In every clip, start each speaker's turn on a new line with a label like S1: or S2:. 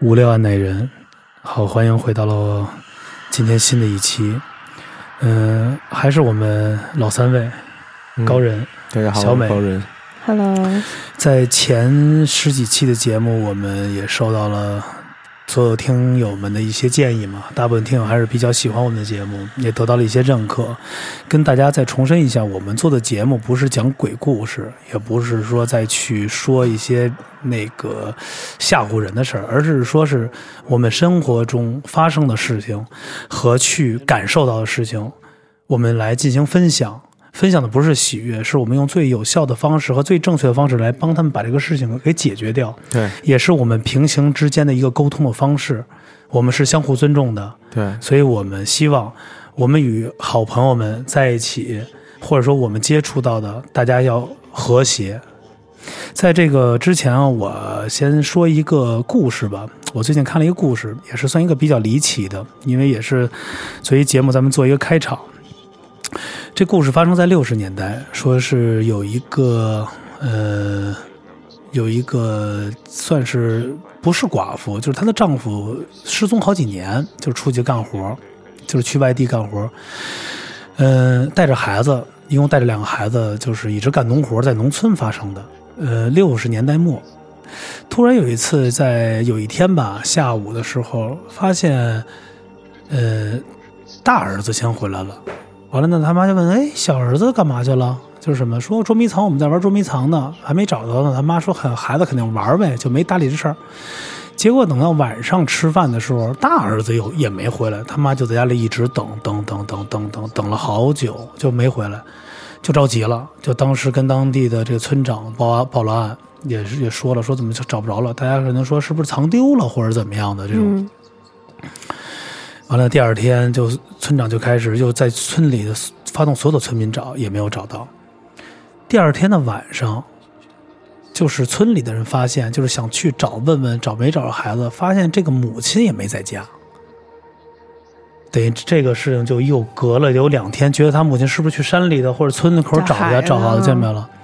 S1: 无聊案内人，好，欢迎回到了今天新的一期。嗯、还是我们老三位
S2: 嗯
S1: 高人，
S2: 大家好，
S1: 小
S2: 我
S1: 美
S2: 是高人，
S3: Hello，
S1: 在前十几期的节目，我们也收到了所有听友们的一些建议嘛，大部分听友还是比较喜欢我们的节目，也得到了一些认可。跟大家再重申一下，我们做的节目不是讲鬼故事，也不是说再去说一些那个吓唬人的事儿，而是说是我们生活中发生的事情和去感受到的事情，我们来进行分享。分享的不是喜悦，是我们用最有效的方式和最正确的方式来帮他们把这个事情给解决掉，
S2: 对
S1: 也是我们平行之间的一个沟通的方式。我们是相互尊重的，
S2: 对，
S1: 所以我们希望我们与好朋友们在一起，或者说我们接触到的，大家要和谐。在这个之前啊，我先说一个故事吧。我最近看了一个故事，也是算一个比较离奇的，因为也是所以节目咱们做一个开场。这故事发生在六十年代，说是有一个呃，有一个算是不是寡妇，就是她的丈夫失踪好几年，就是出去干活，就是去外地干活，嗯、带着孩子，一共带着两个孩子，就是一直干农活，在农村发生的。呃，六十年代末，突然有一次在有一天吧，下午的时候发现，呃，大儿子先回来了。完了呢，他妈就问：“哎，小儿子干嘛去了？”就是什么说捉迷藏，我们在玩捉迷藏呢，还没找到呢。他妈说：“很孩子肯定玩呗，就没搭理这事儿。”结果等到晚上吃饭的时候，大儿子又也没回来，他妈就在家里一直等等等等等等等了好久就没回来，就着急了，就当时跟当地的这个村长报案报了案，也是也说了说怎么就找不着了，大家可能说是不是藏丢了或者怎么样的这种。
S3: 嗯，
S1: 完了，第二天就村长就开始又在村里的发动所有的村民找，也没有找到。第二天的晚上，就是村里的人发现，就是想去找问问找没找着孩子，发现这个母亲也没在家。等于这个事情就又隔了有两天，觉得他母亲是不是去山里的或者村口找
S3: 找
S1: 去
S3: 孩子
S1: 找好了，
S3: 啊
S1: 见没有了？嗯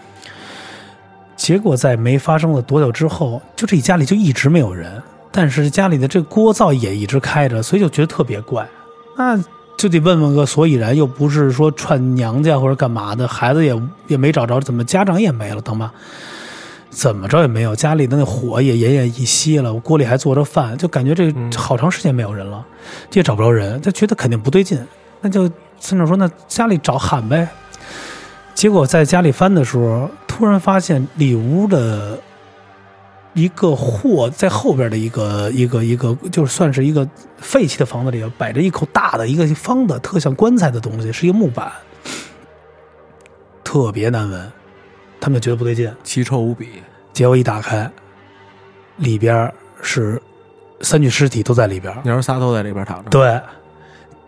S1: 结果在没发生了多久之后，就这家里就一直没有人，但是家里的这锅灶也一直开着，所以就觉得特别怪。那就得问问个所以然，又不是说串娘家或者干嘛的，孩子也也没找着，怎么家长也没了，等吧，怎么着也没有，家里的那火也奄奄一息了，锅里还做着饭，就感觉这
S2: 嗯
S1: 好长时间没有人了，这也找不着人，他觉得肯定不对劲，那就村长说那家里找喊呗。结果在家里翻的时候，突然发现里屋的一个货在后边的一个一个一个，就是算是一个废弃的房子里摆着一口大的一个方的，特像棺材的东西，是一个木板，特别难闻。他们就觉得不对劲，
S2: 奇臭无比，
S1: 结果一打开，里边是三具尸体都在里边。
S2: 娘儿仨都在里边躺着，
S1: 对，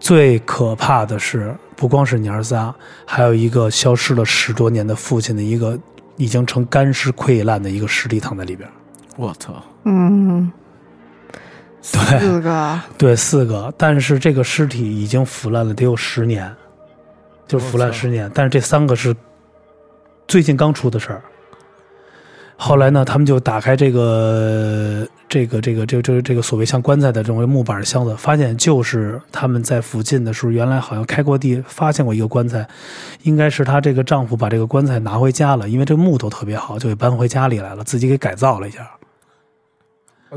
S1: 最可怕的是，不光是娘儿仨，还有一个消失了十多年的父亲的一个已经成干尸溃烂的一个尸体躺在里边。
S2: 我操，
S3: 嗯，四个，
S1: 对，四个，但是这个尸体已经腐烂了得有十年，就是腐烂
S2: 我操
S1: 十年。但是这三个是最近刚出的事儿。后来呢，他们就打开这个这个这个这个这个这个所谓像棺材的这种木板箱子，发现就是他们在附近的时候，原来好像开过地发现过一个棺材，应该是她这个丈夫把这个棺材拿回家了，因为这个木头特别好，就给搬回家里来了，自己给改造了一下。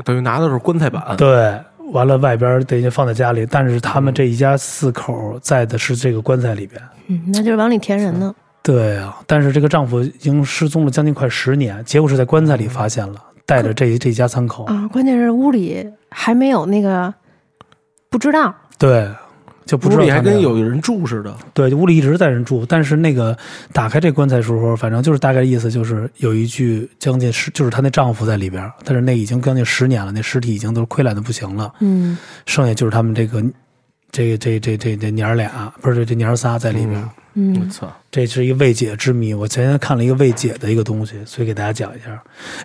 S2: 等于拿的是棺材板，
S1: 对，完了外边儿得先放在家里，但是他们这一家四口在的是这个棺材里边。
S3: 嗯，那就是往里填人呢。
S1: 对啊，但是这个丈夫已经失踪了将近快十年，结果是在棺材里发现了，带着这这一家三口。
S3: 啊，关键是屋里还没有那个，不知道，
S1: 对，就不知
S2: 屋
S1: 道
S2: 里还
S1: 他们
S2: 跟有人住似的，
S1: 对屋里一直在人住，但是那个打开这棺材的时候，反正就是大概意思就是有一具将近十，就是她那丈夫在里边儿，但是那已经将近十年了，那尸体已经都是溃烂的不行了。
S3: 嗯，
S1: 剩下就是他们这个这这这这这娘儿俩，不是这娘儿仨在里边儿。
S2: 我
S3: 嗯，
S2: 操，
S1: 这是一个未解之谜。我前天看了一个未解的一个东西，所以给大家讲一下。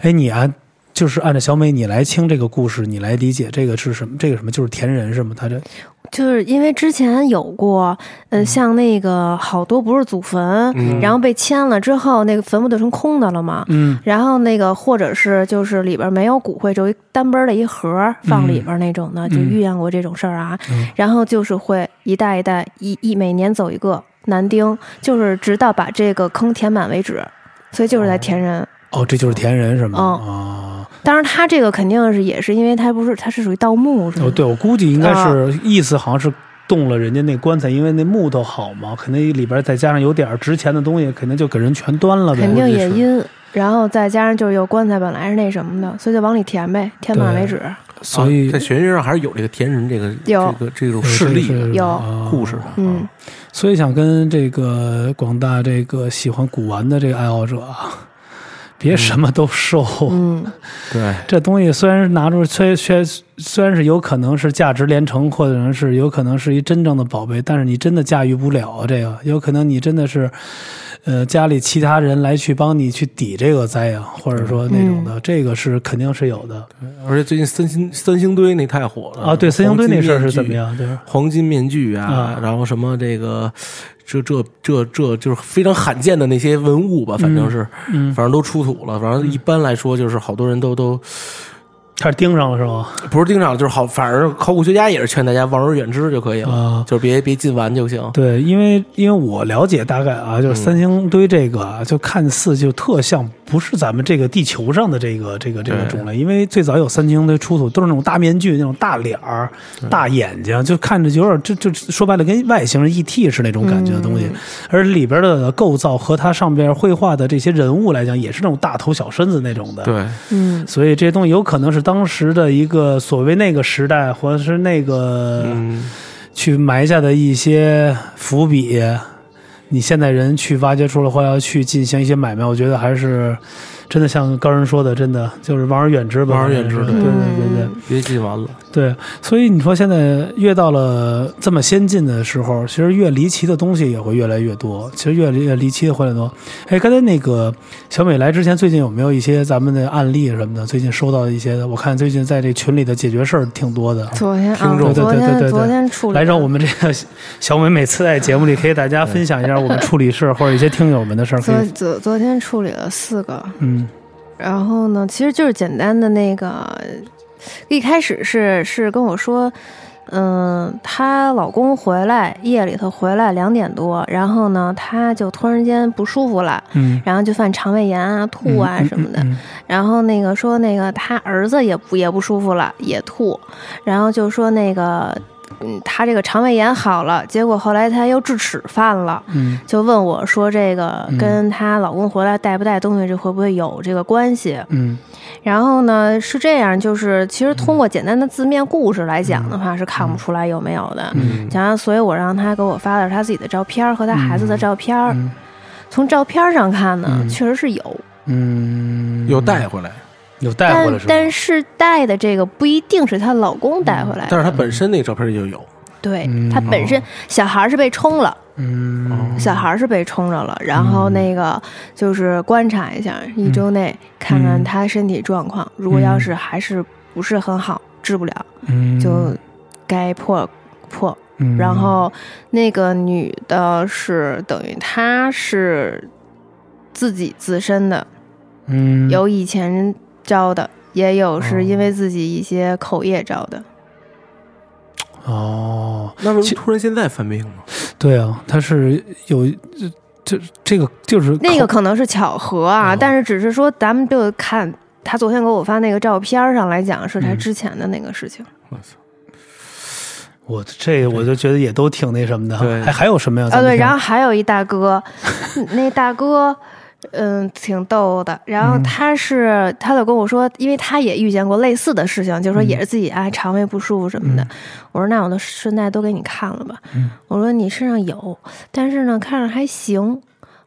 S1: 哎，你啊，就是按照小美你来听这个故事，你来理解这个是什么，这个什么就是田人是吗？他这嗯
S3: 就是因为之前有过，呃，像那个好多不是祖坟，
S2: 嗯
S3: 然后被迁了之后，那个坟墓就成空的了嘛。
S1: 嗯
S3: 然后那个或者是就是里边没有骨灰，就一单边的一盒儿放里边那种的，就遇见过这种事儿啊。
S1: 嗯
S3: 然后就是会一代一代一一每年走一个男丁，就是直到把这个坑填满为止。所以就是在填人，
S1: 哦，这就是田人是吗？
S3: 嗯
S1: 哦
S3: 当然他这个肯定是也是因为他不是他是属于盗墓是吗？
S1: 哦，对，我估计应该是、
S3: 啊
S1: 意思好像是动了人家那棺材，因为那木头好嘛，肯定里边再加上有点值钱的东西，肯定就给人全端了呗。
S3: 肯定
S1: 估计
S3: 也
S1: 是
S3: 阴，然后再加上就是有棺材本来是那什么的，所以就往里填呗，填满
S1: 对
S3: 为止。
S1: 所
S2: 啊
S1: 以
S3: 哦
S2: 在玄学上还是有这个田人这个
S3: 有
S2: 这个这种
S1: 有
S2: 事例
S1: 这个
S2: 的
S1: 是
S3: 有
S1: 啊
S2: 故事的，
S3: 嗯，
S1: 所以想跟这个广大这个喜欢古玩的这个爱好者啊，别什么都收。
S3: 嗯，
S2: 对，
S1: 这东西虽然是拿出，虽虽虽然是有可能是价值连城，或者是有可能是一真正的宝贝，但是你真的驾驭不了啊这个，有可能你真的是，呃，家里其他人来去帮你去抵这个灾啊，或者说那种的，这个是肯定是有的
S2: 而且最近三星三星堆那太火了
S1: 啊。对，三星堆那事儿是怎么？
S2: 黄金面具
S1: 样？就是
S2: 黄金面具啊
S1: 啊，
S2: 然后什么这个，这这这这就是非常罕见的那些文物吧，反正是，
S1: 嗯
S2: 反，正都出土了。反正一般来说，就是好多人都都
S1: 他是盯上了是吗？
S2: 不是盯上了，就是好，反正考古学家也是劝大家望而远之就可以了，
S1: 啊，
S2: 就是别别近玩就行。
S1: 对，因为因为我了解大概啊，就是
S2: 嗯
S1: 三星堆这个啊，就看似就特像不是咱们这个地球上的这个这个这个
S2: 对
S1: 种类，因为最早有三星堆出土都是那种大面具、那种大脸儿、大眼睛，就看着有点就就说白了跟外星人 ET 是那种感觉的东西，
S2: 嗯
S1: 而里边的构造和它上边绘画的这些人物来讲，也是那种大头小身子那种的。
S2: 对，
S3: 嗯，
S1: 所以这些东西有可能是当时的一个所谓那个时代，或者是那个
S2: 嗯，
S1: 去埋下的一些伏笔，你现在人去挖掘出来或要去进行一些买卖，我觉得还是真的像高人说的，真的就是望而远之吧，
S2: 望而远之
S1: 对
S2: 对
S1: 对对
S3: 嗯
S1: 对
S2: 别近玩了。
S1: 对。所以你说现在越到了这么先进的时候，其实越离奇的东西也会越来越多，其实越来越离奇的会越多。哎，刚才那个小美来之前，最近有没有一些咱们的案例什么的？最近收到一些的，我看最近在这群里的解决事儿挺多的。
S3: 昨天啊
S2: 听，众
S3: 我昨
S1: 对对对对对
S3: 天昨天处理
S1: 来，
S3: 的
S1: 让我们这个小美每次在节目里给大家分享一下我们处理事儿或者一些听友们的事儿，可
S3: 昨
S1: 以，
S3: 昨昨天处理了四个，
S1: 嗯
S3: 然后呢，其实就是简单的那个，一开始是是跟我说，嗯、她老公回来夜里头回来两点多，然后呢，她就突然间不舒服了，
S1: 嗯，
S3: 然后就犯肠胃炎啊、吐啊什么的，
S1: 嗯，嗯
S3: 然后那个说那个他儿子也不也不舒服了，也吐，然后就说那个。嗯，他这个肠胃炎好了，结果后来他又治齿犯了，
S1: 嗯
S3: 就问我说：“这个
S1: 嗯
S3: 跟她老公回来带不带东西，这会不会有这个关系
S1: 嗯？”
S3: 然后呢是这样，就是其实通过简单的字面故事来讲的话，是看不出来有没有的。
S1: 嗯
S3: 然后，所以我让他给我发的是他自己的照片儿和他孩子的照片儿。
S1: 嗯
S3: 从照片儿上看呢，
S1: 嗯
S3: 确实是有，
S1: 嗯，
S2: 又带回来，
S1: 有带回来是吧？
S3: 但但是带的这个不一定是她老公带回来的，
S2: 但是他本身那照片就有，
S3: 对
S1: 嗯
S3: 她本身小孩儿是被冲了，
S2: 哦
S1: 嗯，
S3: 小孩儿是被冲着了，然后那个就是观察一下，
S1: 嗯
S3: 一周内看看她身体状况，如果要是还是不是很好，治不了，
S1: 嗯
S3: 就该破破。
S1: 嗯
S3: 然后那个女的是等于她是自己自身的，
S1: 嗯
S3: 有以前招的，也有
S1: 哦
S3: 是因为自己一些口业招的。
S1: 哦，
S2: 那为
S1: 其
S2: 什么突然现在犯病了？
S1: 对啊，他是有这这这个就是
S3: 那个可能是巧合啊，
S1: 哦
S3: 但是只是说咱们就看他昨天给我发那个照片儿上来讲，是
S1: 嗯
S3: 他
S1: 啊
S3: 之前的那个事情。
S2: 我操！
S1: 我这我就觉得也都挺那什么的，
S2: 对
S1: 还还有什么呀？
S3: 啊，
S1: 咱们
S3: 对，
S1: 看
S3: 然后还有一大哥， 那大哥。嗯，挺逗的。然后
S1: 嗯
S3: 他是，他就跟我说，因为他也遇见过类似的事情，就是说
S1: 嗯
S3: 也是自己啊肠胃不舒服什么的。
S1: 嗯
S3: 我说那我就顺带都给你看了吧。
S1: 嗯
S3: 我说你身上有，但是呢看着还行。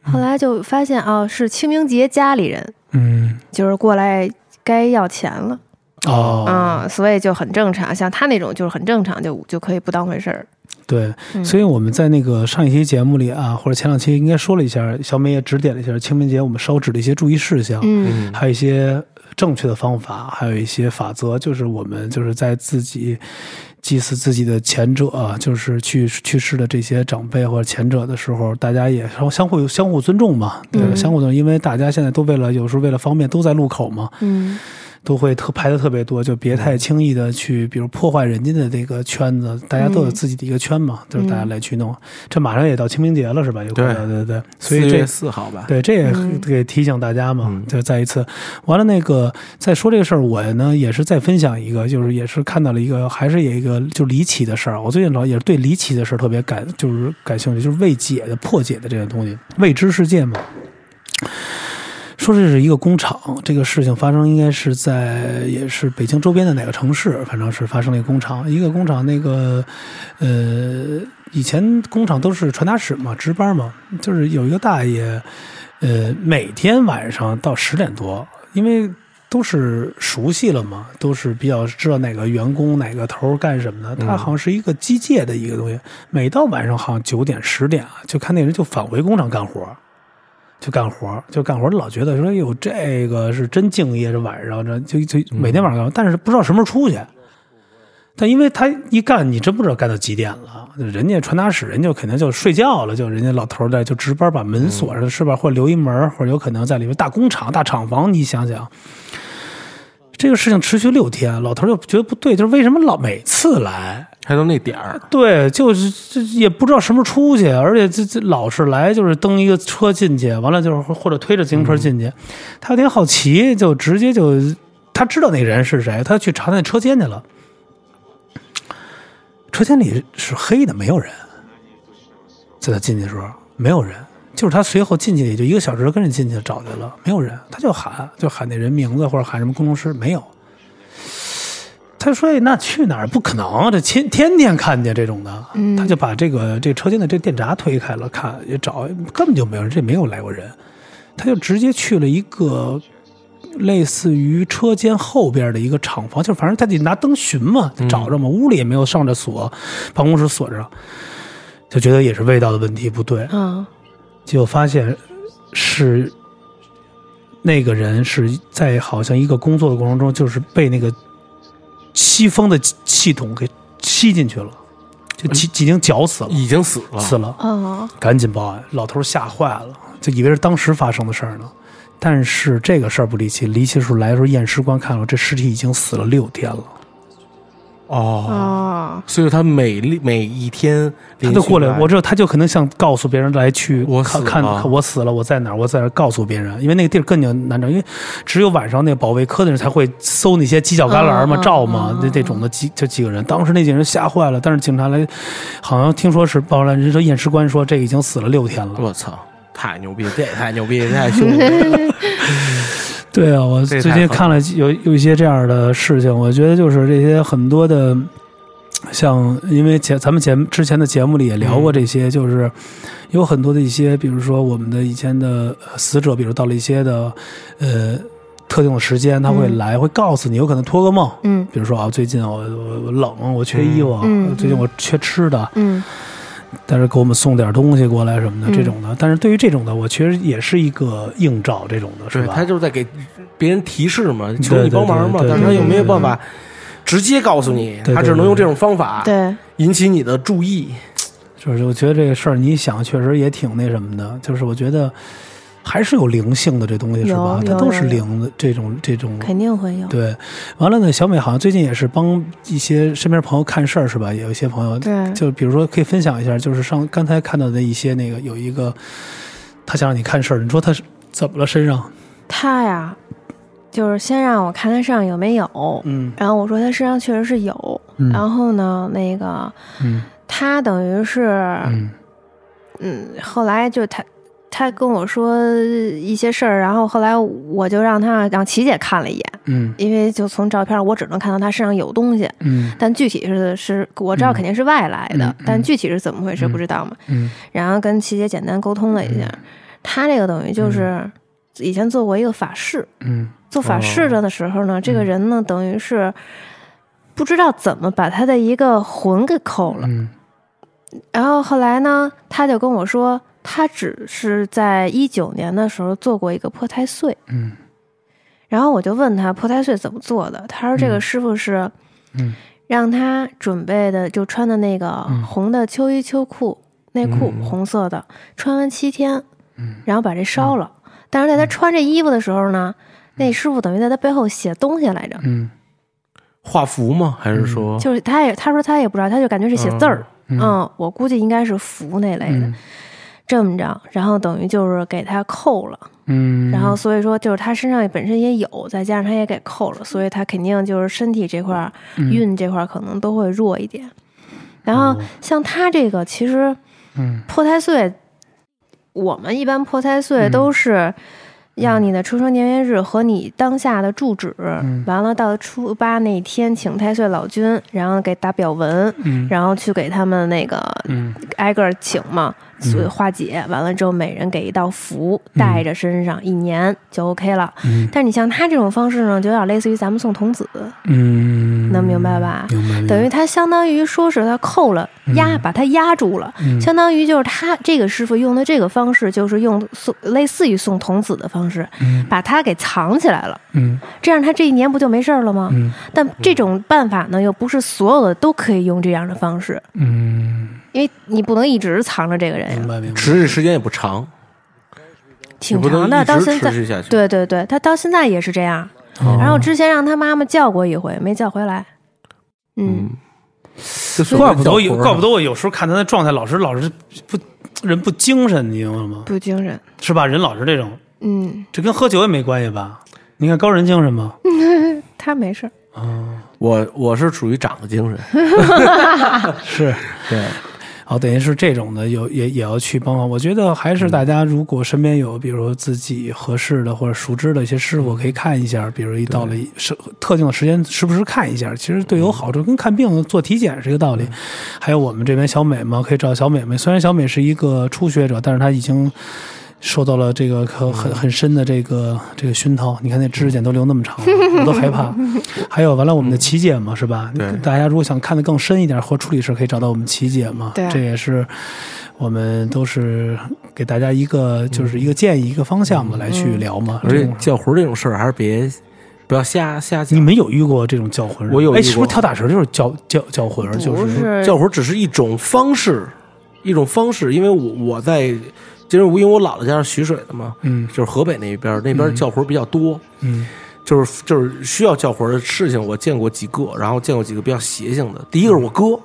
S3: 后来就发现哦，是清明节家里人
S1: 嗯
S3: 就是过来该要钱了。
S1: 哦，
S3: 啊、所以就很正常。像他那种就是很正常，就就可以不当回事儿。
S1: 对，
S3: 嗯
S1: 所以我们在那个上一期节目里啊，或者前两哦期应该说了一下，小美也指点了一下清明节我们烧纸的一些注意事项，
S3: 嗯
S2: 嗯，
S1: 还有一些正确的方法，还有一些法则，就是我们就是在自己祭祀自己的前者，啊就是去去世的这些长辈或者前者的时候，大家也相相互相互尊重嘛，对吧？
S3: 嗯
S1: 相互尊重，因为大家现在都为了有时候为了方便都在路口嘛，
S3: 嗯
S1: 都会特排的特别多，就别太轻易的去，
S2: 嗯
S1: 比如破坏人家的这个圈子，大家都有自己的一个圈嘛，就是大家
S2: 嗯
S1: 来去弄。这马上也到清明节了，是吧？有可能，对对对，所以
S2: 4
S1: 这
S2: 月四号吧，
S1: 对，这也
S3: 嗯
S1: 给提醒大家嘛，
S2: 嗯
S1: 就再一次。完了，那个在说这个事儿，我呢也是再分享一个，就是也是看到了一个，还是有一个就离奇的事儿。我最近老也是对离奇的事儿特别感，就是感兴趣，就是未解的、破解的这个东西，未知世界嘛。说这是一个工厂，这个事情发生应该是在也是北京周边的哪个城市，反正是发生了一个工厂，一个工厂那个，呃，以前工厂都是传达室嘛，值班嘛，就是有一个大爷，呃，每天晚上到十点多，因为都是熟悉了嘛，都是比较知道哪个员工哪个头儿干什么的。他好像是一个机械的一个东西，每到晚上好像九点十点啊，就看那人就返回工厂干活儿。就干活儿，就干活儿，老觉得说，哎呦，这个是真敬业，这晚上这就就每天晚上干活，但是不知道什么时候出去。但因为他一干，你真不知道干到几点了。人家传达室，人就肯定就睡觉了，就人家老头儿在就值班，把门锁上是吧？或者留一门儿，或者有可能在里面大工厂、大厂房，你想想，这个事情持续六天，老头儿就觉得不对，就是为什么老每次来，
S2: 还都那点儿，
S1: 对，就是这也不知道什么时候出去，而且这这老是来，就是蹬一个车进去，完了就是或者推着自行车进去。他有点好奇，就直接就他知道那人是谁，他去查那车间去了。车间里是黑的，没有人。在他进去的时候没有人，就是他随后进去也就一个小时，跟着进去找去了，没有人，他就喊就喊那人名字或者喊什么工程师，没有。他说：“哎那去哪儿？不可能啊，这天天天看见这种的。他就把这个这车间的这电闸推开了，看也找，根本就没有人，这没有来过人。他就直接去了一个类似于车间后边的一个厂房，就反正他得拿灯寻嘛，找着嘛，屋里也没有上着锁，办公室锁着，就觉得也是味道的问题不对，
S3: 嗯
S1: 结果发现是那个人是在好像一个工作的过程中，就是被那个吸风的系系统给吸进去了，就已已经绞死了，
S2: 已经死了，
S1: 死了。
S3: 哦，
S1: 赶紧报案！老头吓坏了，就以为是当时发生的事儿呢。但是这个事儿不离奇，离奇时候来的时候，验尸官看了这尸体已经死了六天了，
S2: 哦。
S3: 哦，
S2: 所以他每每一天
S1: 他
S2: 连续
S1: 就过来，我知道他就可能想告诉别人来去
S2: 我
S1: 看
S2: 死
S1: 看
S2: 了
S1: 我死了，我在哪儿，我在哪儿告诉别人，因为那个地儿更加难找，因为只有晚上那保卫科的人才会搜那些犄角旮旯嘛、
S3: 嗯嗯
S1: 照嘛，那这种的几这几个人，当时那几个人吓坏了，但是警察来，好像听说是报了，人说验尸官说这已经死了六天了，
S2: 我操，太牛逼，这也太牛逼，这也太凶了，
S1: 对啊，我
S2: 这也
S1: 最
S2: 太
S1: 近
S2: 狠
S1: 看了有有一些这样的事情，我觉得就是这些很多的，像因为前咱们节目之前的节目里也聊
S2: 嗯
S1: 过这些，就是有很多的一些，比如说我们的以前的呃死者，比如到了一些的呃特定的时间，他会
S3: 嗯
S1: 来，会告诉你，有可能托个梦，
S3: 嗯
S1: 比如说啊，最近我我我冷，我缺衣服，啊
S3: 嗯嗯
S1: 最近我缺吃的，
S3: 嗯
S1: 但是给我们送点东西过来什么的、
S3: 嗯
S1: 这种的。但是对于这种的，我其实也是一个映照，这种的是
S2: 对
S1: 吧？
S2: 他就是在给别人提示嘛，求
S1: 对
S2: 你帮忙嘛，
S1: 对对
S2: 但是他又
S3: 对
S2: 没有
S3: 对
S2: 办法直接告诉你，
S1: 对
S2: 他只能用这种方
S1: 啊
S2: 法
S3: 对，
S2: 引起你的注意。
S1: 就是我觉得这个事儿，你想确实也挺那什么的，就是我觉得还是有灵性的这东西是吧
S3: 有？
S1: 它
S3: 有
S1: 都是
S3: 有有
S1: 灵的这种这种。
S3: 肯定会有，
S1: 对，完了呢，小美好像最近也是帮一些身边朋友看事儿是吧？也有一些朋友，
S3: 对
S1: 就比如说可以分享一下，就是上刚才看到的一些那个有一个，他想让你看事儿，你说他是怎么了身上？
S3: 他呀，就是先让我看他身上有没有，
S1: 嗯
S3: 然后我说他身上确实是有，
S1: 嗯
S3: 然后呢，那个
S1: 嗯
S3: 他等于是，
S1: 嗯
S3: 嗯，后来就他。他跟我说一些事儿，然后后来我就让他让琪姐看了一眼，
S1: 嗯
S3: 因为就从照片我只能看到他身上有东西，
S1: 嗯
S3: 但具体是是我知道
S1: 嗯
S3: 肯定是外来的，
S1: 嗯嗯
S3: 但具体是怎么回事
S1: 嗯
S3: 不知道嘛。
S1: 嗯
S3: 然后跟琪姐简单沟通了一下，她这个等于就是以前做过一个法事，
S1: 嗯
S3: 做法事的的时候呢，这个人呢等于是不知道怎么把他的一个魂给扣了，
S1: 嗯
S3: 然后后来呢，他就跟我说，他只是在一九年的时候做过一个破太岁，
S1: 嗯
S3: 然后我就问他破太岁怎么做的，他说这个师傅是
S1: 嗯
S3: 让他准备的，就穿的那个
S1: 嗯
S3: 红的秋衣秋裤、内裤，
S2: 嗯
S3: 红色的，穿完七天，
S1: 嗯
S3: 然后把这烧了。但是在他穿这衣服的时候呢，那师傅等于在他背后写东西来着，
S1: 嗯
S2: 画符吗？还是说
S3: 嗯就是他也他说他也不知道，他就感觉是写字儿，
S1: 嗯
S3: 嗯，我估计应该是符那类的，
S1: 嗯
S3: 这么着，然后等于就是给他扣了。
S1: 嗯，
S3: 然后所以说就是他身上本身也有，再加上他也给扣了，所以他肯定就是身体这块儿、
S1: 嗯
S3: 运这块儿可能都会弱一点。然
S1: 哦
S3: 后像他这个，其实
S1: 嗯
S3: 破太岁，我们一般破太岁
S1: 嗯
S3: 都是要你的出生年月日和你当下的住址，
S1: 嗯
S3: 完了到初八那天请太岁老君，然后给打表文，
S1: 嗯
S3: 然后去给他们那个
S1: 嗯
S3: 挨个儿请嘛，所以化解完了之后，每人给一道符带着身上一年就 OK 了。
S1: 嗯
S3: 但你像他这种方式呢，就有点类似于咱们送童子，
S1: 嗯，嗯
S3: 能明白吧？
S1: 明白，
S3: 啊等于他相当于说是他扣了压，把他压住了，
S1: 嗯
S3: 相当于就是他这个师傅用的这个方式，就是用送类似于送童子的方式，
S1: 嗯
S3: 把他给藏起来了。
S1: 嗯
S3: 这样他这一年不就没事儿了吗？
S1: 嗯
S3: 但这种办法呢，又不是所有的都可以用这样的方式，
S1: 嗯，
S3: 因为你不能一直藏着这个人呀
S1: 明。白明白，
S2: 持续时间也不长，
S3: 挺
S2: 也不能
S3: 长的，
S2: 一
S3: 到
S2: 直
S3: 现在
S2: 持，续哦下去。
S3: 对对对，他到现在也是这样。
S1: 哦
S3: 然后之前让他妈妈叫过一回，没叫回来。
S2: 嗯，
S3: 嗯，
S2: 这算
S1: 怪不得
S2: 叫
S1: 我
S2: 魂
S1: 有，
S2: 儿
S1: 怪不得我有时候看他的状态，老是老是不人不精神，你明白吗？
S3: 不精神。
S1: 是吧？人老是这种，
S3: 嗯，
S1: 这跟喝酒也没关系吧？你看高人精神吗？
S3: 他没事儿。
S2: 我我是属于长的精神，
S1: 是，
S2: 对，
S1: 哦，等于是这种的，有也也要去帮忙。我觉得还是大家如果身边有，比如说自己合适的或者熟知的一些师傅，可以看一下，比如一到了一是特定的时间，时不时看一下，其实对有好处，跟看病做体检是一个道理。还有我们这边小美嘛，可以找小美美。虽然小美是一个初学者，但是她已经。受到了这个很很很深的这个这个熏陶，你看那指甲都留那么长了，我都害怕。还有完了，我们的琪姐嘛，是吧？
S2: 对
S1: 大家如果想看得更深一点或处理时，可以找到我们琪姐嘛。
S3: 对
S1: 啊这也是我们都是给大家一个就是一个建议、一个方向嘛，来
S3: 嗯
S1: 去聊嘛。
S2: 而
S1: 这
S2: 且
S1: 种
S2: 叫魂儿这种事儿还是别不要瞎瞎
S1: 你
S2: 讲。
S1: 们有遇过这种叫魂儿吗？
S2: 我有遇
S1: 哎，是不
S2: 过
S1: 是跳打绳就是叫叫叫魂儿？就
S3: 不是
S2: 叫魂儿只是一种方式，一种方式，因为我我在。就是因为我姥姥家是徐水的嘛，
S1: 嗯
S2: 就是河北那边儿，那边儿叫魂儿比较多，
S1: 嗯
S2: 就是就是需要叫魂儿的事情，我见过几个，然后见过几个比较邪性的。第一个是我哥，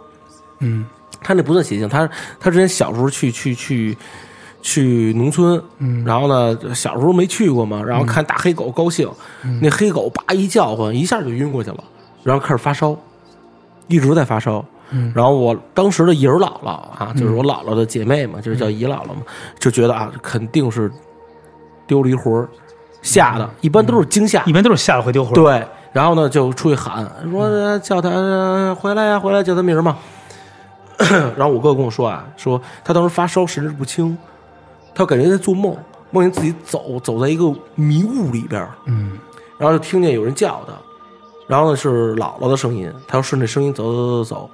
S1: 嗯
S2: 他那不算邪性，他他之前小时候去去去去农村，
S1: 嗯
S2: 然后呢小时候没去过嘛，然后看大黑狗高兴，
S1: 嗯
S2: 那黑狗叭一叫唤，一下就晕过去了，然后开始发烧，一直在发烧。
S1: 嗯
S2: 然后我当时的姨儿姥姥啊，就是我姥姥的姐妹嘛，就是叫姨姥姥嘛，就觉得啊，肯定是丢了一魂儿，吓
S1: 嗯
S2: 的，一般都是惊吓，
S1: 一般都是吓得会丢魂儿。嗯
S2: 对，然后呢就出去喊说呃叫他呃回来呀、回来叫他名儿嘛。 然后我哥跟我说啊，说他当时发烧神志不清，他感觉在做梦，梦见自己走走在一个迷雾里边儿，
S1: 嗯
S2: 然后就听见有人叫他，然后呢是姥姥的声音，他要顺着声音走走走走，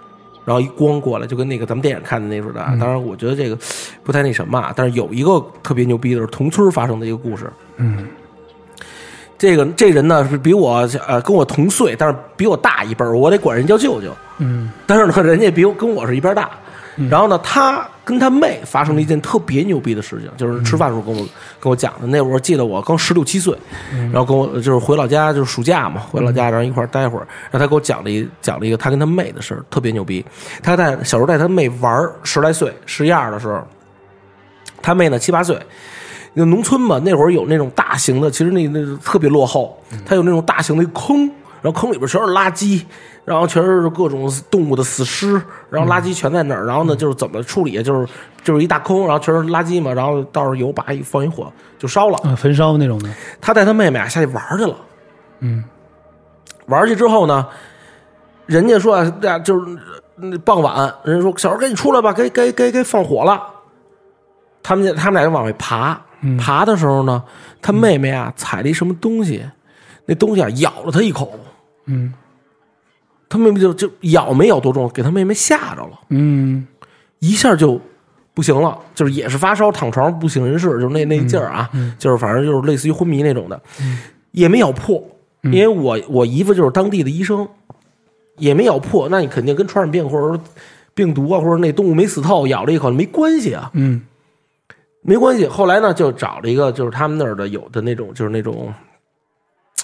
S2: 然后一光过来，就跟那个咱们电影看的那似的
S1: 嗯
S2: 啊。当然，我觉得这个不太那什么啊，但是有一个特别牛逼的是同村发生的一个故事，
S1: 嗯
S2: 这个这人呢是比我呃跟我同岁，但是比我大一辈儿，我得管人叫舅舅。
S1: 嗯
S2: 但是呢，人家比我跟我是一边大。然后呢，他跟他妹发生了一件特别牛逼的事情，就是吃饭时候跟我跟我讲的。那会儿记得我刚十六七岁，然后跟我就是回老家，就是暑假嘛，回老家然后一块儿待会儿，然后他给我讲了一讲了一个他跟他妹的事儿，特别牛逼。他带小时候带他妹玩儿，十来岁十一二的时候，他妹呢七八岁，那农村嘛，那会儿有那种大型的，其实那那特别落后，它有那种大型的坑，然后坑里边全是垃圾，然后全是各种动物的死尸，然后垃圾全在那儿，然后呢就是怎么处理，就是就是一大坑，然后全是垃圾嘛，然后倒是油把一放一火就烧了。
S1: 啊，焚烧那种的。
S2: 他带他妹妹啊下去玩儿去了，
S1: 嗯
S2: 玩儿去之后呢，人家说啊，那就是嗯傍晚，人家说小孩赶紧出来吧，该该该该放火了。他们家他们俩就往外爬，
S1: 嗯
S2: 爬的时候呢，他妹妹啊踩了一什么东西，那东西啊咬了他一口，
S1: 嗯
S2: 他妹妹就就咬没咬多重，给他妹妹吓着了。
S1: 嗯
S2: 一下就不行了，就是也是发烧，躺床上不省人事，就是那那劲儿啊，就是反正就是类似于昏迷那种的。也没咬破，因为我我姨夫就是当地的医生，也没咬破，那你肯定跟传染病或者说病毒啊，或者那动物没死透咬了一口没关系啊，
S1: 嗯
S2: 没关系。后来呢，就找了一个就是他们那儿的有的那种就是那种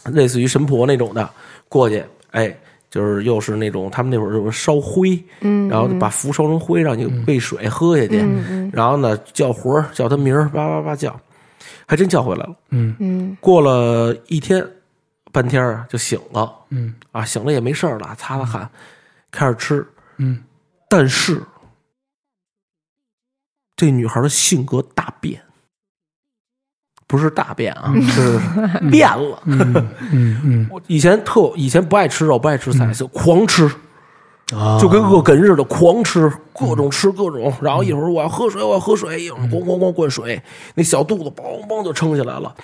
S2: 嘖类似于神婆那种的过去，哎，就是又是那种他们那会儿就是烧灰，
S3: 嗯，
S2: 然后把符烧成灰，让你喂水喝下去，
S3: 嗯嗯
S2: 然后呢叫魂儿叫他名儿，叭叭叭叫，还真叫回来了。
S1: 嗯
S3: 嗯
S2: 过了一天半天啊，就醒了
S1: 嗯
S2: 啊，醒了也没事儿了，擦擦汗，开始吃。
S1: 嗯，
S2: 但是这女孩的性格大变，不是大变啊，是变了。
S1: 嗯嗯
S2: 我以前特以前不爱吃肉，不爱吃菜，就狂吃，
S1: 嗯，啊
S2: 就跟恶哏似的，狂吃各种吃各种，然后一会儿我要喝水，我要喝水，一会儿咣咣咣灌水，那小肚子梆梆就撑起来了。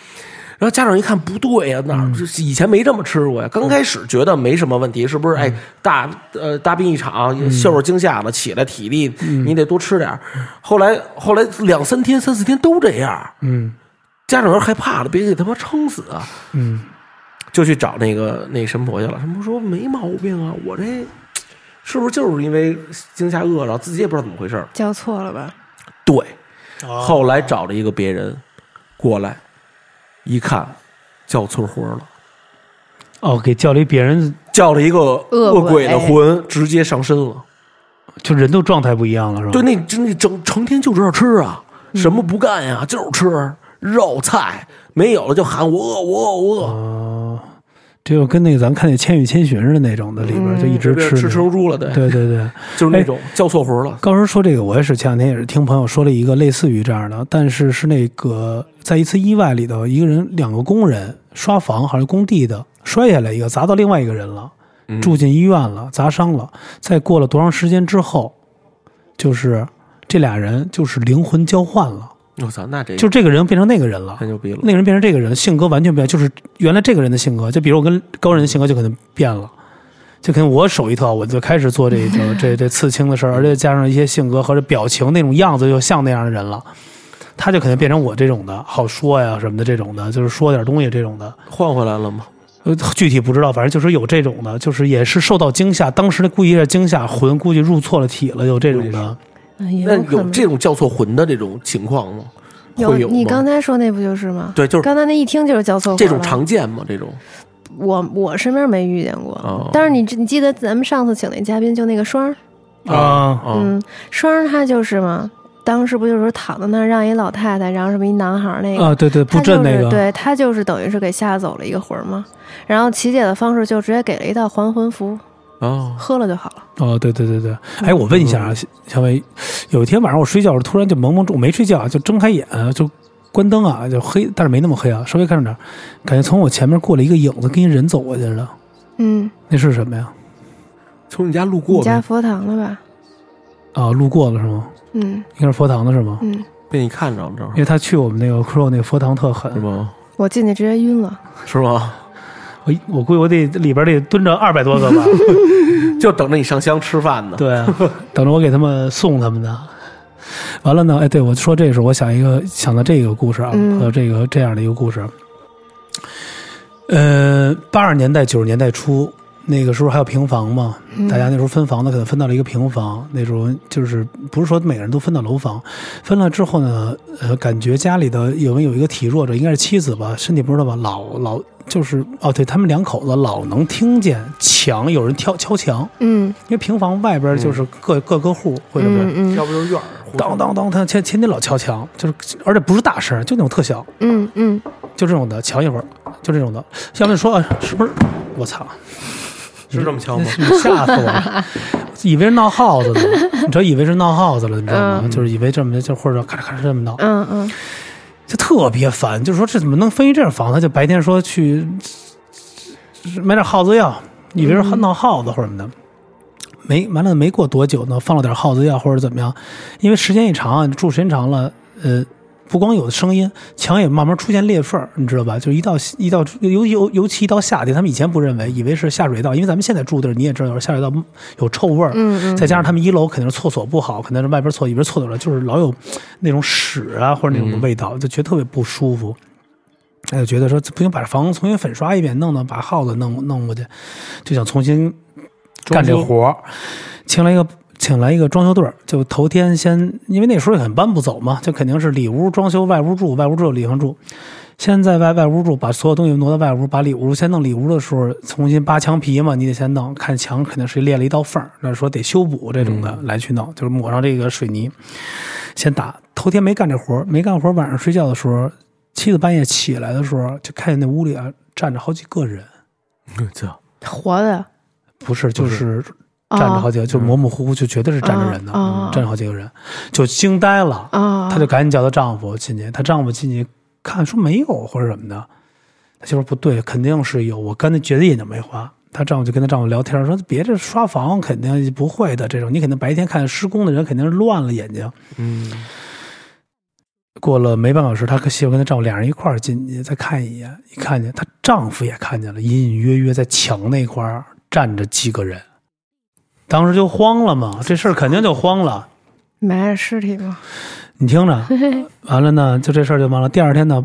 S2: 然后家长一看不对呀、哪
S1: 嗯
S2: 儿这以前没这么吃过呀？刚开始觉得没什么问题，是不是？
S1: 嗯
S2: 哎，大呃大病一场，受了惊吓了，起来体力
S1: 嗯
S2: 你得多吃点儿。后来后来两三天、三四天都这样，
S1: 嗯
S2: 家长有点害怕了，别给他妈撑死啊！
S1: 嗯
S2: 就去找那个那神婆去了。神婆说没毛病啊，我这是不是就是因为惊吓饿着，自己也不知道怎么回事儿？
S3: 叫错了吧？
S2: 对，
S1: 哦
S2: 后来找了一个别人过来，一看叫错魂了，
S1: 哦，给叫了一别人，
S2: 叫了一个
S3: 恶
S2: 恶
S3: 鬼
S2: 鬼的魂直接上身了。
S1: 就人都状态不一样了，是吧？
S2: 对，那真那整成天就知道吃啊，什么不干呀、就是吃肉菜，没有了就喊我饿我饿我饿，
S1: 哦，这就跟那个咱们看那《千与千寻》似的那种的，里边
S3: 嗯
S1: 就一直
S2: 对
S1: 吃
S2: 吃
S1: 那种
S2: 成猪了，对，
S1: 对对对。
S2: 就是那种叫错魂了。
S1: 高人说这个，我也是前两天也是听朋友说了一个类似于这样的，但是是那个在一次意外里头，一个人两个工人刷房还是工地的摔下来一个，砸到另外一个人了，住进医院了，砸伤了。再过了多长时间之后，就是这俩人就是灵魂交换了，
S2: 我操，那这
S1: 就这个人变成那个人了
S2: 太。牛逼了
S1: 那。个人变成这个人，性格完全变，就是原来这个人的性格，就比如我跟高人的性格就可能变了，就可能我手一特，我就开始做 这种这这刺青的事儿，而且加上一些性格和这表情那种样子，就像那样的人了。他就可能变成我这种的，好说呀什么的这种的，就是说点东西这种的，
S2: 换回来了吗？
S1: 呃，具体不知道，反正就是有这种的，就是也是受到惊吓，当时故意是惊吓，魂估计入错了体了，有这种的。
S3: 嗯也
S2: 那
S3: 有可
S2: 有
S3: 能
S2: 这种叫错魂的这种情况吗？
S3: 有
S2: 会有吗
S3: 你刚才说那不就是吗？
S2: 对，就是
S3: 刚才那一听就是叫错
S2: 这
S3: 活
S2: 种
S3: 了
S2: 常见吗？这种
S3: 我我身边没遇见过。
S2: 哦
S3: 但是你你记得咱们上次请那嘉宾就那个双儿，
S1: 啊
S2: 啊，
S3: 嗯，双儿他就是嘛，当时不就是躺在那儿让一老太太，然后什么一男孩儿那个。
S1: 啊，对对，
S3: 他
S1: 布
S3: 就
S1: 阵
S3: 是
S1: 那个，
S3: 对他就是等于是给吓走了一个魂儿嘛，然后琪姐的方式就直接给了一道还魂符，
S2: 哦，
S3: 喝了就好了。
S1: 哦，对对对对，哎，我问一下啊，小小伟，有一天晚上我睡觉时突然就蒙蒙住，我没睡觉啊，就睁开眼啊就关灯啊，就黑，但是没那么黑啊，稍微看着点儿，感觉从我前面过了一个影子，跟一人走过去似的，
S3: 嗯，
S1: 那是什么呀？
S2: 从你家路
S3: 你
S2: 过
S3: 家
S2: 呗，
S3: 佛堂了吧？
S1: 啊，路过了是吗？
S3: 嗯
S1: 应该是佛堂的是吗？
S3: 嗯，
S2: 被你看着了，
S1: 因为他去我们那个 crow 那个佛堂特
S2: 是
S1: 狠，
S2: 吗？
S3: 我进去直接晕了。
S2: 是吗？
S1: 我一我估计我得里边得蹲着二百多个吧，
S2: 就等着你上香吃饭呢。
S1: 对啊，等着我给他们送他们的。完了呢，哎，对我说这时候我想一个想到这个故事啊，
S3: 嗯
S1: 还有这个这样的一个故事。呃，八十年代九十年代初，那个时候还有平房嘛，
S3: 嗯
S1: 大家那时候分房子可能分到了一个平房，那时候就是不是说每个人都分到楼房，分了之后呢，呃，感觉家里的有没有一个体弱者，应该是妻子吧，身体不知道吧，老老就是哦，对他们两口子老能听见墙有人敲敲墙，
S3: 嗯
S1: 因为平房外边就是各、各个户或者是
S3: 嗯
S2: 要
S3: 嗯
S2: 不就是院儿
S1: 当当当，他前前天老敲墙，就是而且不是大声，就那种特小，
S3: 嗯嗯，
S1: 就这种的，敲一会儿，就这种的。要么说、啊、是不是？我操，
S2: 是这么敲吗？
S1: 你吓死我了，以为是闹耗子呢，你知道以为是闹耗子了，你知道吗？就是以为这么就或者咔嚓咔嚓这么闹，
S3: 嗯嗯，
S1: 就特别烦，就说这怎么能分一这样房子？就白天说去买点耗子药，以为是闹耗子或者什么的，没完了没过多久呢，放了点耗子药或者怎么样，因为时间一长啊，住时间长了，呃。不光有声音，墙也慢慢出现裂缝儿，你知道吧？就是一到一到尤尤尤其一到夏天，他们以前不认为，以为是下水道，因为咱们现在住的地儿你也知道，下水道有臭味儿，
S3: 嗯嗯
S1: 再加上他们一楼肯定是厕所不好，肯定是外边厕所里边厕所了，就是老有那种屎啊或者那种味道，就觉得特别不舒服。他就觉得说不行，把房子重新粉刷一遍，弄弄把耗子弄弄过去，就想重新干这
S2: 装修
S1: 活儿，请了一个。请来一个装修队儿，就头天先，因为那时候也很搬不走嘛，就肯定是里屋装修，外屋住，外屋住里屋住，先在外外屋住，把所有东西挪到外屋，把里屋先弄里屋的时候，重新扒墙皮嘛，你得先弄，看墙肯定是裂了一道缝儿，那说得修补这种的、来去弄，就是抹上这个水泥，先打。头天没干这活儿，没干活儿，晚上睡觉的时候，妻子半夜起来的时候，就看见那屋里啊站着好几个人，
S2: 哎这
S3: 活的，
S1: 不是，就是
S3: 啊
S1: 站着好几个，就模模糊糊，就绝对是站着人的，嗯
S3: 啊啊
S1: 站着好几个人，就惊呆了。
S3: 啊，
S1: 她就赶紧叫她丈夫进去，她丈夫进去看说没有或者什么的，她媳妇儿不对，肯定是有，我刚才绝对眼睛没花。她丈夫就跟她丈夫聊天说别这刷房肯定不会的，这种你肯定白天看施工的人肯定是乱了眼睛。
S2: 嗯，
S1: 过了没半小时，她跟媳妇跟她丈夫俩人一块儿进去再看一眼，一看见她丈夫也看见了，隐隐约约在墙那块儿站着几个人，当时就慌了嘛，这事儿肯定就慌了。
S3: 埋着尸体吗？
S1: 你听着，完了呢，就这事儿就完了。第二天呢，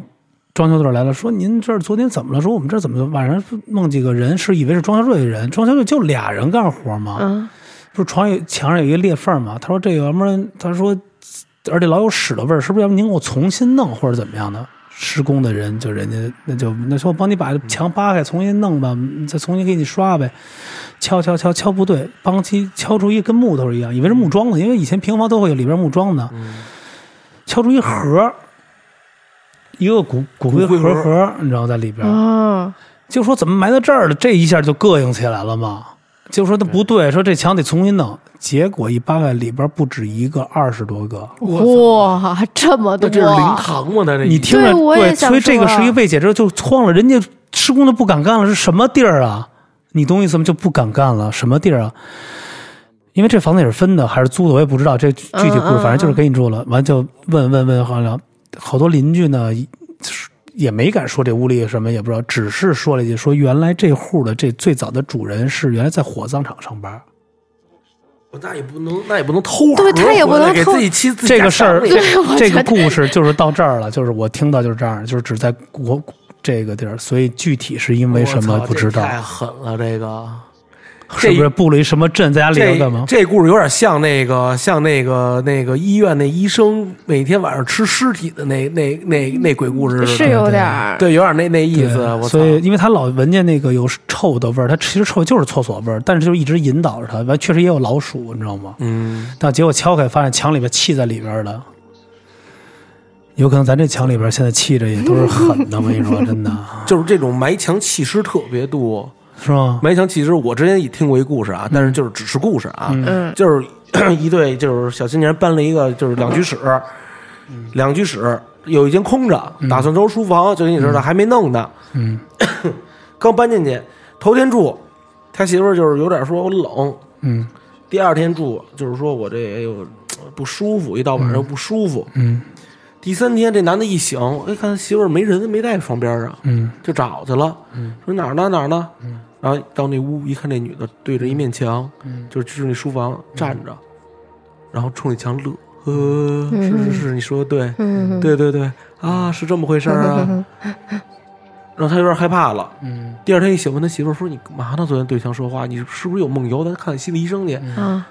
S1: 装修队来了，说您这儿昨天怎么了？说我们这儿怎么晚上弄几个人，是以为是装修队的人，装修队就俩人干活嘛。
S3: 啊，
S1: 说床有墙上有一个裂缝嘛，他说这个，要不然他说，而且老有屎的味儿，是不是？要不您给我重新弄或者怎么样的？施工的人就人家那就那说我帮你把墙扒开，重新弄吧，再重新给你刷呗。敲敲敲敲不对，帮其敲出一跟木头一样，以为是木桩子，因为以前平房都会有里边木桩的，
S2: 嗯
S1: 敲出一盒儿，一个骨骨灰
S2: 骨灰
S1: 盒
S2: 盒
S1: 盒，你知道在里边。
S3: 哦，
S1: 就说怎么埋到这儿了，这一下就膈应起来了嘛。就说他不对，说这墙得重新弄。结果一扒开，里边不止一个，二十多个。
S3: 哇，这么
S2: 那
S3: 多，
S2: 这是灵堂吗？他这
S1: 你听着，
S3: 对我也
S1: 对，
S3: 想
S1: 所以这个
S3: 说啊
S1: 是一个未解之就慌了。人家施工的不敢干了，是什么地儿啊？你懂我意思吗？就不敢干了，什么地儿啊？因为这房子也是分的还是租的，我也不知道这具具体故
S3: 嗯
S1: 事，
S3: 嗯
S1: 反正就是给你住了。完就问问问，好像好多邻居呢也没敢说这屋里有什么，也不知道，只是说了一句说原来这户的这最早的主人是原来在火葬场上班。
S2: 那也不能，那也不能偷盒
S3: 对他也不
S2: 回来
S3: 能
S2: 给
S3: 偷
S2: 自己妻子
S1: 这个事儿，
S3: 对我
S1: 这
S3: 觉
S1: 个
S3: 得
S1: 故事就是到这儿了，就是我听到就是这样，就是只在国这个地儿，所以具体是因为什么不知道，
S2: 太狠了，这个
S1: 是不是布了一什么阵在家里头
S2: 这
S1: 干嘛？
S2: 这故事有点像那个像那个那个医院那医生每天晚上吃尸体的那那那那鬼故事似的，
S3: 是
S1: 对
S3: 有
S1: 对
S3: 点儿，
S2: 对，有点那那意思。啊
S1: 对
S2: 我操
S1: 所，以因为他老闻见那个有臭的味儿，他其实臭就是厕所味儿，但是就一直引导着他，完确实也有老鼠，你知道吗？
S2: 嗯，
S1: 但结果敲开发现墙里边气在里边了。有可能咱这墙里边现在气着也都是狠的，我跟你说，真的
S2: 就是这种埋墙弃尸特别多。
S1: 是吗？
S2: 埋墙弃尸，我之前也听过一故事啊，但是就是只是故事啊，
S3: 嗯
S2: 就是一对就是小青年搬了一个就是两居室，两居室有一间空着，打算装书房，就跟你似的还没弄呢，
S1: 嗯
S2: 刚搬进去，头天住，他媳妇儿就是有点说我冷，
S1: 嗯
S2: 第二天住就是说我这哎呦不舒服，一到晚上又不舒服。
S1: 嗯
S2: 第三天这男的一醒，哎，看他媳妇儿没人，没在床边上，
S1: 嗯
S2: 就找去了，说哪儿呢哪儿呢，然后到那屋一看，那女的对着一面墙，就是就是那书房站着，然后冲那墙乐，呃，是是是，你说的对，
S3: 嗯，
S2: 对对对，啊，是这么回事儿啊，然后他有点害怕了。
S1: 嗯
S2: 第二天一醒，问他媳妇儿说：“你干嘛呢？昨天对墙说话，你是不是有梦游？咱看心理医生去。”
S3: 啊，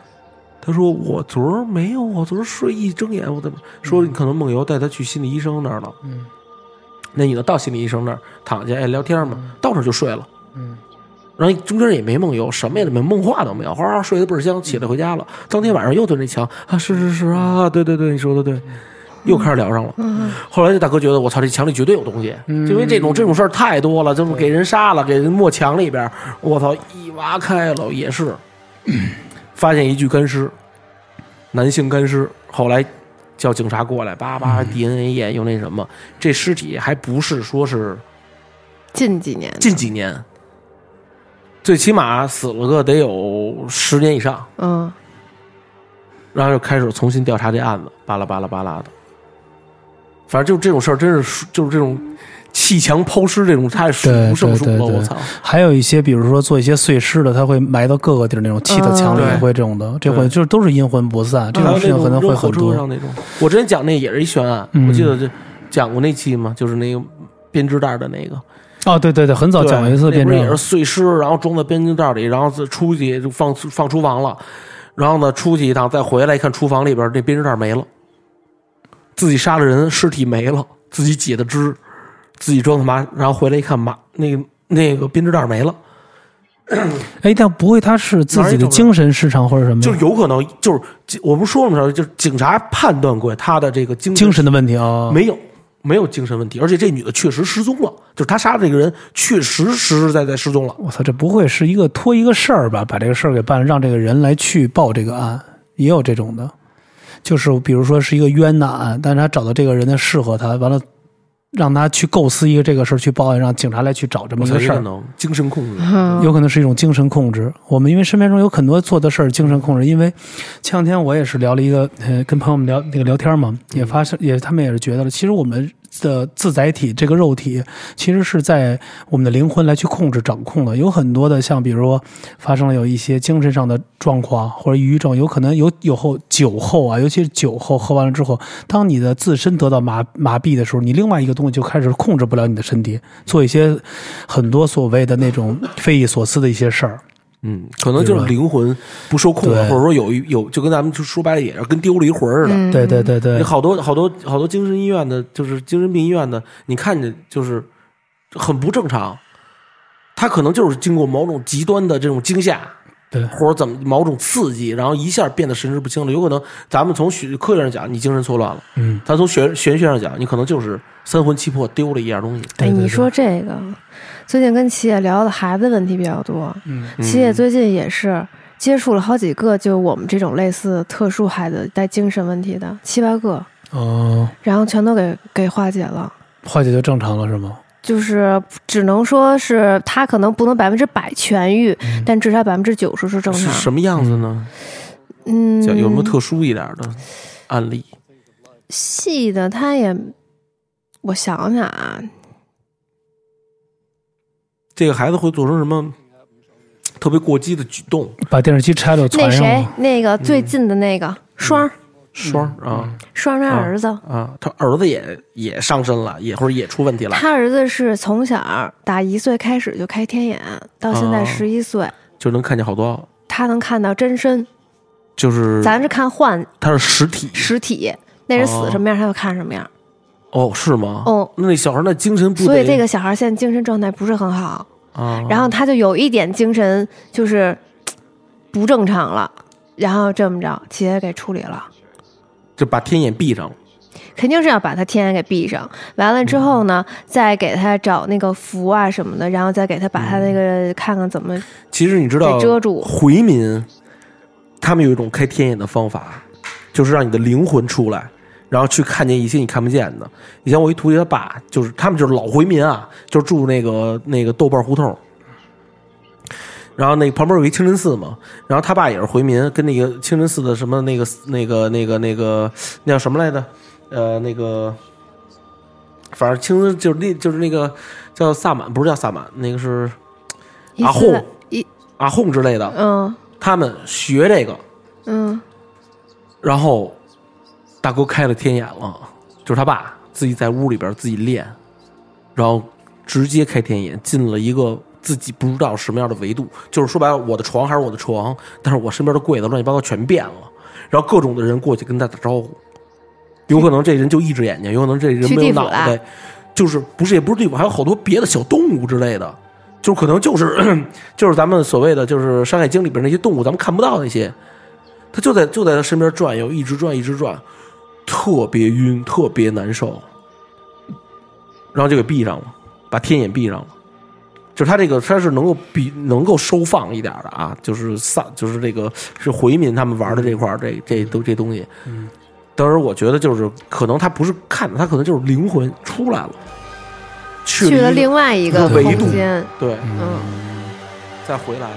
S2: 他说：“我昨儿没有，我昨儿睡一睁眼，我怎么说你可能梦游，带他去心理医生那儿了。
S1: 嗯
S2: 那女的到心理医生那儿躺下，哎，聊天嘛，到那儿就睡了。
S1: 嗯
S2: 然后中间也没梦游，什么也没梦话都没有，哗哗睡得倍儿香，起来回家了。
S1: 嗯
S2: 当天晚上又对那墙啊，是是是啊，对对对，你说的
S1: 嗯
S2: 对，又开始聊上了。后来这大哥觉得我操，这墙里绝对有东西，
S1: 嗯
S2: 就因为这种这种事儿太多了，就是给人杀了，给人没墙里边儿，我操，一挖开了也是， 发现一具干尸，男性干尸。后来叫警察过来，叭叭
S1: 嗯
S2: DNA 验又那什么，这尸体还不是说是
S3: 近几年，
S2: 近几年，最起码死了个得有十年以上，
S3: 嗯，
S2: 然后又开始重新调查这案子，巴拉巴拉巴拉的。反正就这种事儿，真是就是这种砌墙抛尸这种太数
S1: 对
S2: 不胜数
S1: 对
S2: 了，
S1: 对对
S2: 我操！
S1: 还有一些，比如说做一些碎尸的，他会埋到各个地儿那种砌到墙里
S2: 嗯对
S1: 会这种的，这会
S2: 对
S1: 就是都是阴魂不散，这
S2: 还有
S1: 种事情可能
S2: 那种
S1: 会
S2: 扔火
S1: 很
S2: 车
S1: 多。
S2: 上那种。我之前讲那也是一悬案，
S1: 嗯
S2: 我记得这讲过那期嘛，就是那个编织袋的那个，
S1: 哦，对对对，很早
S2: 对
S1: 讲过一次
S2: 那
S1: 辩
S2: 不是也
S1: 证
S2: 是，碎尸，然后装在编织袋里，然后自出去就放放厨房了，然后呢出去一趟再回来一看厨房里边那编织袋没了，自己杀了人，尸体没了，自己解的肢，自己装的麻，然后回来一看麻那个那个编织袋没了，
S1: 哎，但不会他是自
S2: 哪儿
S1: 己
S2: 有
S1: 的
S2: 人
S1: 精神失常或者什么呀？
S2: 就是有可能就是我不是说了吗？就是警察判断过他的这个精
S1: 精神的问题啊。
S2: 没有，没有精神问题，而且这女的确实失踪了，就是她杀的这个人确实实实在在失踪了。
S1: 我操，这不会是一个托一个事儿吧？把这个事儿给办了，让这个人来去报这个案，也有这种的，就是比如说是一个冤的案，但是他找到这个人呢适合他，完了让他去构思一个这个事儿去报案，让警察来去找这么
S2: 我
S1: 一
S2: 才
S1: 个
S2: 是
S1: 事
S2: 可
S1: 儿，
S2: 能精神控制，
S3: 嗯
S1: 有可能是一种精神控制。我们因为身边中有很多做的事儿精神控制，因为前两天我也是聊了一个，呃，跟朋友们聊那个聊天嘛，也发生也他们也是觉得了，其实我们的自载体这个肉体，其实是在我们的灵魂来去控制掌控的。有很多的像比如说发生了有一些精神上的状况或者抑郁症，有可能有有后酒后啊，尤其是酒后喝完了之后，当你的自身得到麻麻痹的时候，你另外一个东西就开始控制不了你的身体，做一些很多所谓的那种匪夷所思的一些事儿。
S2: 嗯，可能就是灵魂不受控了，啊
S1: 对
S2: 或者说有一有，就跟咱们就说白了也是跟丢了一魂儿似的。
S3: 嗯
S1: 对对对对
S2: 你，好多好多好多精神医院的，就是精神病医院的，你看着就是很不正常，他可能就是经过某种极端的这种惊吓，
S1: 对
S2: 或者怎么某种刺激，然后一下变得神志不清了。有可能咱们从学科学上讲，你精神错乱了；
S1: 嗯，
S2: 咱从玄玄学上讲，你可能就是三魂七魄丢了一样东西。
S1: 对对
S3: 哎，你
S1: 对
S3: 说这个，最近跟琪姐聊的孩子的问题比较多。
S1: 嗯，
S3: 琪姐最近也是接触了好几个，就我们这种类似特殊孩子带精神问题的七八个，
S1: 哦、
S3: 然后全都给给化解了。
S1: 化解就正常了是吗？
S3: 就是只能说是他可能不能百分之百痊愈，但至少百分之九十是正
S2: 是
S3: 常。
S2: 什么样子呢？
S3: 嗯，
S2: 讲有没有特殊一点的案例？
S3: 细的？他也，我想想啊，
S2: 这个孩子会做出什么特别过激的举动？
S1: 把电视机拆了
S3: 那
S1: 传上
S3: 谁
S1: 了，嗯
S3: 那个最近的那个双
S2: 双儿啊
S3: 双他儿子，
S2: 啊，他儿子也也上身了，也或者也出问题了，
S3: 他儿子是从小打一岁开始就开天眼，到现在
S2: 哦
S3: 十一岁，
S2: 就能看见好多，
S3: 他能看到真身，
S2: 就是
S3: 咱是看幻
S2: 他是实体
S3: 实体，那人死什么样他就看什么样。
S2: 哦，是吗？
S3: 哦，
S2: 那小孩那精神不得
S3: 所以这个小孩现在精神状态不是很好。
S2: 啊，
S3: 然后他就有一点精神就是嘖不正常了，然后这么着，企业给处理了，
S2: 就把天眼闭上了，
S3: 肯定是要把他天眼给闭上。完了之后呢，
S2: 嗯
S3: 再给他找那个符啊什么的，然后再给他把他那
S2: 嗯
S3: 个看看怎么
S2: 其实你知道，
S3: 给遮住
S2: 回民，他们有一种开天眼的方法，就是让你的灵魂出来，然后去看见一些你看不见的。以前我一徒弟他爸，就是他们就是老回民啊，就是住那个那个豆瓣胡同。然后那旁边有一清真寺嘛，然后他爸也是回民，跟那个清真寺的什么那个那个那个那个那叫什么来着？呃，那个反正清真就是那就是那个叫萨满，不是叫萨满，那个是
S3: 一
S2: 啊
S3: 丝
S2: 哄
S3: 一
S2: 阿訇之类的，
S3: 嗯
S2: 他们学这个，
S3: 嗯
S2: 然后大哥开了天眼了，就是他爸自己在屋里边自己练，然后直接开天眼进了一个自己不知道什么样的维度，就是说白了，我的床还是我的床，但是我身边的柜子乱七八糟全变了，然后各种的人过去跟他打招呼，有可能这人就一只眼睛，有可能这人
S3: 去
S2: 没
S3: 地
S2: 有
S3: 府
S2: 脑袋
S3: 了，
S2: 就是不是也不是地府，还有好多别的小动物之类的。就是可能就是就是咱们所谓的就是《山海经》里边那些动物，咱们看不到那些，他就在就在他身边转悠，一直转一直转，特别晕，特别难受，然后就给闭上了，把天眼闭上了。就是他这个他是能够比能够收放一点的啊，就是散就是这个是回民他们玩的这块儿这这都这东西。嗯，当时我觉得就是可能他不是看的，他可能就是灵魂出来了，去
S3: 去了
S2: 一个嗯
S3: 另外一
S2: 一
S3: 个
S2: 个维
S3: 空
S2: 度
S3: 间，
S2: 对，
S3: 嗯，
S2: 再回来。